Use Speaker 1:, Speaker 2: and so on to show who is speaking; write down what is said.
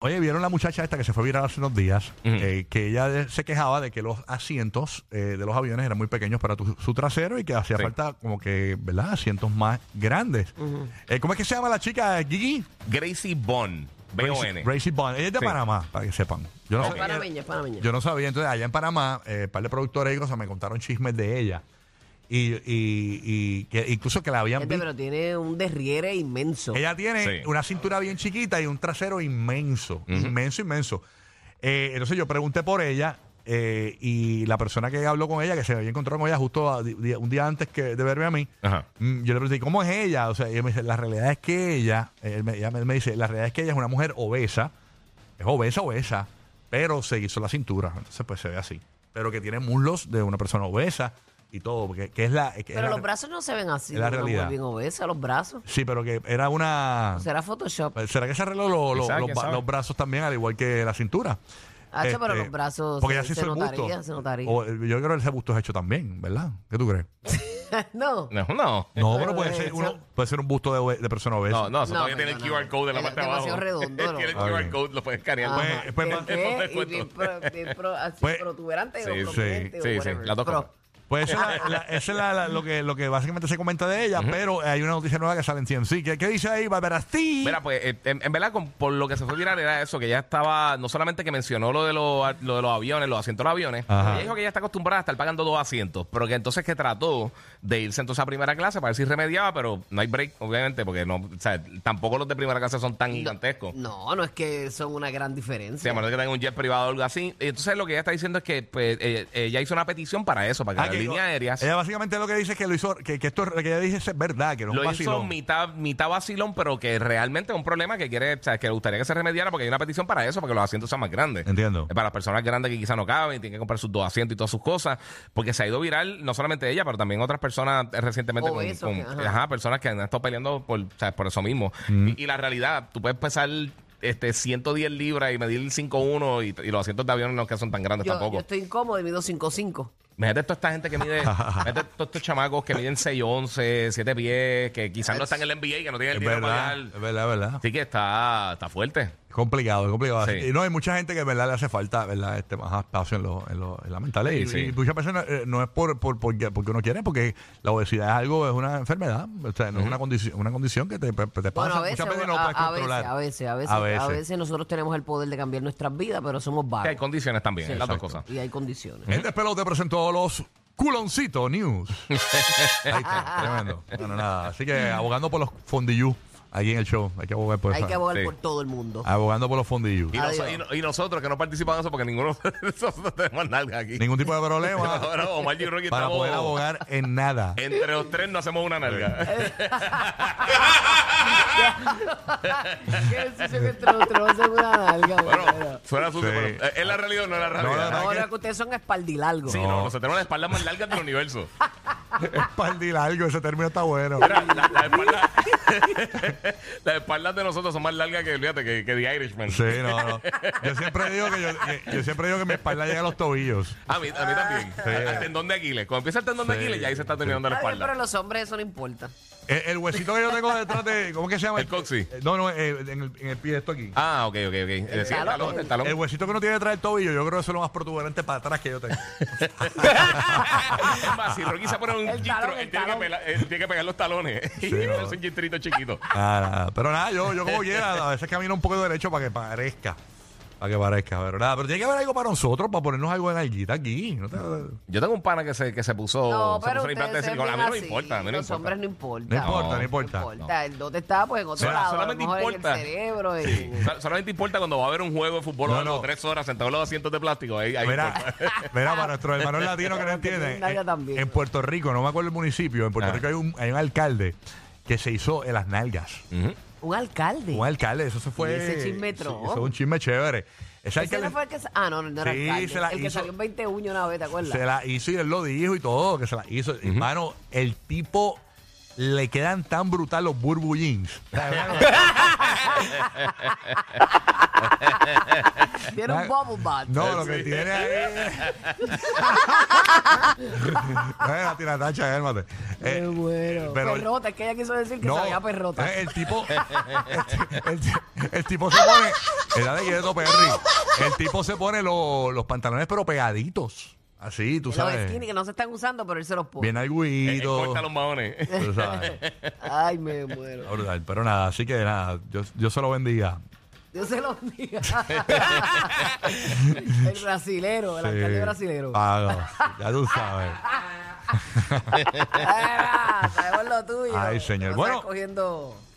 Speaker 1: Oye, vieron la muchacha esta que se fue viral hace unos días,
Speaker 2: Ujú.
Speaker 1: Eh, que ella de- se quejaba de que los asientos eh, de los aviones eran muy pequeños para tu- su trasero y que hacía
Speaker 2: Sí.
Speaker 1: falta como que, ¿verdad? Asientos más grandes. Eh, ¿Cómo es que se llama la chica, Gigi?
Speaker 2: Gracie Bond. B-O-N.
Speaker 1: Gracie- Gracie Bond. Ella es de
Speaker 2: Sí.
Speaker 1: Panamá, para que sepan. Yo no,
Speaker 2: Ok.
Speaker 1: sabía,
Speaker 3: Panameña, panameña.
Speaker 1: yo no sabía. Entonces, allá en Panamá, eh, un par de productores y cosas me contaron chismes de ella. Y, y- y que incluso que la habían
Speaker 3: Gente,
Speaker 1: visto.
Speaker 3: Este, pero tiene un derriere inmenso.
Speaker 1: Ella tiene
Speaker 2: Sí.
Speaker 1: una cintura bien chiquita y un trasero inmenso, inmenso, inmenso. Eh, entonces yo pregunté por ella eh, y la persona que habló con ella, que se había encontrado con ella justo a- di- di- un día antes que de verme a mí,
Speaker 2: Ajá.
Speaker 1: mm, yo le pregunté, ¿cómo es ella? O sea, ella me dice, la realidad es que ella, él me, ella me- me dice, la realidad es que ella es una mujer obesa, es obesa, obesa, pero se hizo la cintura, entonces pues se ve así, pero que tiene muslos de una persona obesa y todo, porque que es la... que es
Speaker 3: pero
Speaker 1: la-
Speaker 3: los brazos no se ven así.
Speaker 1: es la
Speaker 3: de una
Speaker 1: realidad.
Speaker 3: mujer bien obesa, los brazos.
Speaker 1: Sí, pero que era una...
Speaker 3: Será Photoshop.
Speaker 1: Pues, ¿Será que se arregló lo- lo-
Speaker 2: Quizá,
Speaker 1: los,
Speaker 2: quién
Speaker 1: ba-
Speaker 2: sabe.
Speaker 1: los brazos también, al igual que la cintura?
Speaker 3: Hacho, Ah, pero
Speaker 1: Este,
Speaker 3: los brazos
Speaker 1: Porque
Speaker 3: se-
Speaker 1: ya se
Speaker 3: se
Speaker 1: hizo el busto.
Speaker 3: notaría, se notaría.
Speaker 1: O, eh, yo creo que ese busto es hecho también, ¿verdad? ¿Qué tú crees?
Speaker 2: Este,
Speaker 3: no.
Speaker 2: No, no.
Speaker 1: No, pero
Speaker 3: pero
Speaker 1: puede
Speaker 3: de
Speaker 1: ser,
Speaker 3: hecho-
Speaker 1: uno- puede ser un busto de, obe- de persona obesa.
Speaker 2: No, no, eso
Speaker 3: No,
Speaker 2: todavía
Speaker 3: no,
Speaker 2: tiene el
Speaker 3: no,
Speaker 2: QR
Speaker 3: no.
Speaker 2: code de la
Speaker 3: Es
Speaker 2: parte de abajo.
Speaker 3: demasiado redondo, ¿no?
Speaker 2: tiene el
Speaker 1: Ah,
Speaker 2: QR
Speaker 1: bien.
Speaker 2: code, lo puedes escanear.
Speaker 3: Ajá.
Speaker 1: Pues- pues,
Speaker 3: ¿Qué?
Speaker 1: más-
Speaker 3: ¿Qué?
Speaker 2: Pues,
Speaker 3: Y bien pro- bien pro- así
Speaker 1: Pues-
Speaker 3: protuberante
Speaker 2: Sí,
Speaker 3: o
Speaker 2: sí,
Speaker 3: prominente o
Speaker 2: sí, sí,
Speaker 3: whatever.
Speaker 2: las dos
Speaker 3: Pro-
Speaker 2: cosas.
Speaker 1: Pues eso es la- la- eso es la- la- lo, que, lo que básicamente se comenta de ella, pero hay una noticia nueva que sale en CNC. ¿Qué, qué dice ahí, Barbara? Sí.
Speaker 2: Mira, pues, eh, en, en verdad, con- por lo que se fue viral era eso, que ella estaba, no solamente que mencionó lo de los, lo de los aviones, los asientos de los aviones,
Speaker 1: Ajá.
Speaker 2: ella dijo que ella está acostumbrada a estar pagando dos asientos, pero que entonces que trató de irse entonces a primera clase para ver si remediaba, pero no hay break, obviamente, porque no, o sea, tampoco los de primera clase son tan gigantescos.
Speaker 3: No, no es que son una gran
Speaker 2: Sí,
Speaker 3: diferencia.
Speaker 2: a menos que tenga un jet privado o algo así. Y Entonces lo que ella está diciendo es que pues, eh, ella hizo una petición para eso, para que
Speaker 1: Ah,
Speaker 2: las
Speaker 1: que-
Speaker 2: líneas aéreas
Speaker 1: Ella básicamente lo que dice es que lo hizo, que, que esto que ella dice es verdad, que no es
Speaker 2: lo
Speaker 1: un
Speaker 2: hizo
Speaker 1: vacilón.
Speaker 2: mitad, mitad vacilón, pero que realmente es un problema que quiere, o sea, que le gustaría que se remediara porque hay una petición para eso, para que los asientos sean más grandes.
Speaker 1: Entiendo.
Speaker 2: Eh, Para las personas grandes que quizás no caben y tienen que comprar sus dos asientos y todas sus cosas, porque se ha ido viral no solamente ella, pero también otras personas eh, recientemente con,
Speaker 3: Obesos,
Speaker 2: con-
Speaker 3: que- ajá.
Speaker 2: ajá, personas que han estado peleando por, o sea, por eso mismo.
Speaker 1: Mm.
Speaker 2: Y, y la realidad, tú puedes pesar este 110 libras y medir 5'1 y, y los asientos de aviones no que son tan grandes
Speaker 3: yo,
Speaker 2: tampoco.
Speaker 3: yo estoy incómodo y mido 5'5".
Speaker 2: Imagínate toda esta gente que mide, imagínate todos estos chamacos que miden 6, 11, 7 pies, que quizás no están en el NBA, que no tienen el
Speaker 1: Es
Speaker 2: dinero para
Speaker 1: verdad,
Speaker 2: pagar.
Speaker 1: es verdad, es verdad.
Speaker 2: Así que está, está fuerte.
Speaker 1: Complicado, es complicado.
Speaker 2: Sí.
Speaker 1: Y no, hay mucha gente que, ¿verdad? Le hace falta, ¿verdad? Este, más espacio en, lo, en, lo- en la mental. Y,
Speaker 2: Sí, sí.
Speaker 1: y muchas veces no, eh, no es por, por, porque, porque uno quiere, porque la obesidad es algo, es una enfermedad. O sea, no es una condición, una condición que te, te pasa.
Speaker 3: Bueno, a veces,
Speaker 1: muchas veces
Speaker 3: uno-
Speaker 1: no
Speaker 3: a,
Speaker 1: puedes
Speaker 3: a veces,
Speaker 1: controlar.
Speaker 3: a veces, a veces,
Speaker 1: A veces.
Speaker 3: a veces nosotros tenemos el poder de cambiar nuestras vidas, pero somos
Speaker 2: Que hay
Speaker 3: vagos.
Speaker 2: condiciones también,
Speaker 3: Sí,
Speaker 2: las dos
Speaker 1: exacto.
Speaker 2: cosas.
Speaker 3: Y hay condiciones.
Speaker 1: El despelote presentó los culoncito news. Ahí está, tremendo. Bueno, nada. Así que abogando por los fondillú aquí en el show. Hay que abogar por
Speaker 3: Hay
Speaker 1: eso.
Speaker 3: que abogar
Speaker 2: Sí.
Speaker 3: por todo el mundo.
Speaker 1: Abogando por los fondillú.
Speaker 2: Y, nos-
Speaker 3: Adiós.
Speaker 2: y no- y nosotros que no participamos de eso porque ninguno de nosotros tenemos nalga aquí.
Speaker 1: Ningún tipo de problema
Speaker 2: Ahora Omar y Rocky
Speaker 1: para poder
Speaker 2: estamos-
Speaker 1: abogar en nada.
Speaker 2: Entre los tres no hacemos una nalga.
Speaker 3: ¿Qué decisión entre nosotros va a ser una nalga?
Speaker 2: bueno, suena sucio,
Speaker 1: Sí.
Speaker 2: pero eh, es la realidad o no es la
Speaker 1: No,
Speaker 2: realidad.
Speaker 1: no,
Speaker 3: No, no, que ustedes son espaldilargos.
Speaker 2: Sí, no, nosotros tenemos las espaldas más largas del universo.
Speaker 1: Espaldil algo, ese término está bueno.
Speaker 2: Mira, la- las espaldas las espaldas de nosotros son más largas que, fíjate, que, que The Irishman.
Speaker 1: Sí, no, no. Yo siempre digo que yo, que- yo siempre digo que mi espalda llega a los tobillos.
Speaker 2: A mí, a mí también. Al tendón de Aquiles. Cuando empieza el tendón de
Speaker 1: Sí.
Speaker 2: Aquiles, ya ahí se está terminando la
Speaker 3: Está bien, pero
Speaker 2: espalda.
Speaker 3: los hombres eso no importa.
Speaker 1: El, el huesito que yo tengo detrás de. ¿Cómo que se llama?
Speaker 2: El coxis.
Speaker 1: Eh, No, no, eh, en, el, en el pie, esto aquí.
Speaker 2: Ah, ok, ok, ok. Eh, sí, El,
Speaker 3: talón,
Speaker 2: talón, el
Speaker 3: el-
Speaker 2: talón.
Speaker 1: El huesito que uno tiene detrás del tobillo, yo creo que eso es lo más protuberante para atrás que yo tengo.
Speaker 2: Es más, si Rocky se pone un
Speaker 3: El
Speaker 2: gistro,
Speaker 3: talón,
Speaker 2: él
Speaker 3: el
Speaker 2: tiene que,
Speaker 3: talón.
Speaker 2: pelar- él tiene que pegar los talones. Y
Speaker 1: no.
Speaker 2: es un gistrito chiquito.
Speaker 1: Ah, Nada, nada. Pero nada, yo, yo como quiera, a veces camino un poco derecho para que parezca. Para que parezca, pero nada. Pero tiene que haber algo para nosotros, para ponernos algo en alguita aquí. No te- no
Speaker 2: Yo tengo un pana que se, que se puso.
Speaker 3: No,
Speaker 2: se
Speaker 3: pero
Speaker 2: puso un implante de
Speaker 3: ustedes se
Speaker 2: silicona.
Speaker 3: ven
Speaker 2: A mí no me
Speaker 3: así.
Speaker 2: importa. A mí no
Speaker 3: los
Speaker 2: importa.
Speaker 3: hombres no importa.
Speaker 1: importa, no,
Speaker 2: No,
Speaker 1: importa.
Speaker 3: importa. El dote está pues en otro
Speaker 2: Sola-
Speaker 3: lado.
Speaker 2: solamente
Speaker 3: a lo mejor
Speaker 2: importa.
Speaker 3: En el cerebro. en-
Speaker 2: Sol- Solamente importa cuando va a haber un juego de fútbol
Speaker 1: No,
Speaker 2: o algo,
Speaker 1: no.
Speaker 2: tres horas sentado en los asientos de plástico. Ahí, ahí importa.
Speaker 1: Mira, mira, para nuestros hermanos latinos que no
Speaker 3: Pero que
Speaker 1: entienden,
Speaker 3: tienen nalga
Speaker 1: en,
Speaker 3: también.
Speaker 1: en Puerto Rico, no me acuerdo el municipio, en Puerto
Speaker 2: Ajá.
Speaker 1: Rico hay un, hay un alcalde que se hizo en las nalgas.
Speaker 2: Ujú.
Speaker 3: Un alcalde.
Speaker 1: Un alcalde, eso se fue.
Speaker 3: Y ese chisme
Speaker 1: sí,
Speaker 3: tron.
Speaker 1: Eso es un chisme chévere. Ese
Speaker 3: Ese
Speaker 1: alcalde
Speaker 3: no fue el que sa- Ah, no, no, no era
Speaker 1: Sí,
Speaker 3: alcalde.
Speaker 1: se la
Speaker 3: el que
Speaker 1: hizo-
Speaker 3: salió en 20 uños una vez, ¿te acuerdas?
Speaker 1: se la hizo y él lo dijo y todo, que se la hizo. Hermano, el tipo le quedan tan brutal los burbullins.
Speaker 3: Tiene un bubble bath.
Speaker 1: Ah, No, eh, lo que tiene ahí. Bueno, tira tacha, cálmate.
Speaker 3: Qué
Speaker 1: Eh,
Speaker 3: bueno.
Speaker 1: pero-
Speaker 3: perrota, es que ella quiso decir que pues
Speaker 1: no,
Speaker 3: sabía perrota.
Speaker 1: eh, El tipo. El, el- el tipo se pone. Era de quieto, Perry. El tipo se pone lo- los pantalones, pero pegaditos. Así, tú
Speaker 3: los
Speaker 1: sabes.
Speaker 3: skinny que no se están usando, pero él se los pone.
Speaker 1: Bien
Speaker 2: Eh,
Speaker 1: alguito.
Speaker 2: corta los maones.
Speaker 1: Tú sabes.
Speaker 3: Ay, me muero.
Speaker 1: Brutal, Pero nada, así que nada, yo, yo se lo bendiga.
Speaker 3: Dios se los diga. el brasilero, el alcalde
Speaker 1: Sí.
Speaker 3: brasilero.
Speaker 1: Ah, no, ya tú sabes.
Speaker 3: Ah, sabemos lo tuyo.
Speaker 1: Ay, señor.
Speaker 3: No
Speaker 1: Bueno.
Speaker 3: estás cogiendo...